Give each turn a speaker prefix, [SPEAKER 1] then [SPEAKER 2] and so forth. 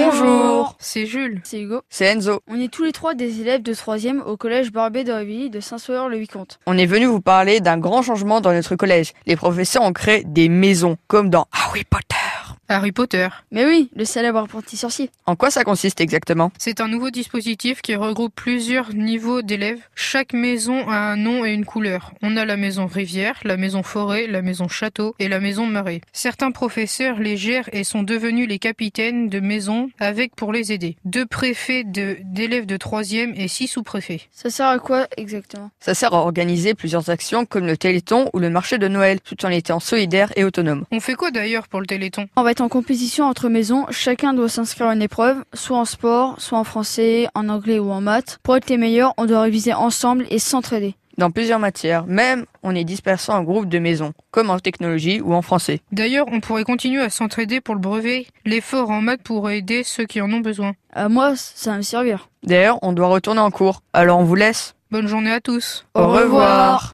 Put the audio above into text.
[SPEAKER 1] Bonjour.
[SPEAKER 2] C'est Jules.
[SPEAKER 3] C'est Hugo.
[SPEAKER 1] C'est Enzo.
[SPEAKER 3] On est tous les trois des élèves de 3e au collège Barbet d'Aurevilly de Saint-Sauveur-le-Vicomte.
[SPEAKER 1] On est venu vous parler d'un grand changement dans notre collège. Les professeurs ont créé des maisons, comme dans Harry Potter.
[SPEAKER 2] Harry Potter.
[SPEAKER 3] Mais oui, le célèbre apprenti sorcier.
[SPEAKER 1] En quoi ça consiste exactement
[SPEAKER 2] C'est un nouveau dispositif qui regroupe plusieurs niveaux d'élèves. Chaque maison a un nom et une couleur. On a la maison rivière, la maison forêt, la maison château et la maison marais. Certains professeurs les gèrent et sont devenus les capitaines de maison avec pour les aider. Deux préfets de- d'élèves de troisième et six sous-préfets.
[SPEAKER 3] Ça sert à quoi exactement
[SPEAKER 1] Ça sert à organiser plusieurs actions comme le Téléthon ou le marché de Noël, tout en étant solidaire et autonome.
[SPEAKER 2] On fait quoi d'ailleurs pour le téléthon
[SPEAKER 3] On va être en compétition entre maisons, chacun doit s'inscrire à une épreuve, soit en sport, soit en français, en anglais ou en maths. Pour être les meilleurs, on doit réviser ensemble et s'entraider.
[SPEAKER 1] Dans plusieurs matières, même on est dispersé en groupes de maisons, comme en technologie ou en français.
[SPEAKER 2] D'ailleurs, on pourrait continuer à s'entraider pour le brevet. L'effort en maths pourrait aider ceux qui en ont besoin.
[SPEAKER 3] À Euh, moi, ça va me servir.
[SPEAKER 1] D'ailleurs, on doit retourner en cours. Alors on vous laisse.
[SPEAKER 2] Bonne journée à tous.
[SPEAKER 3] Au revoir.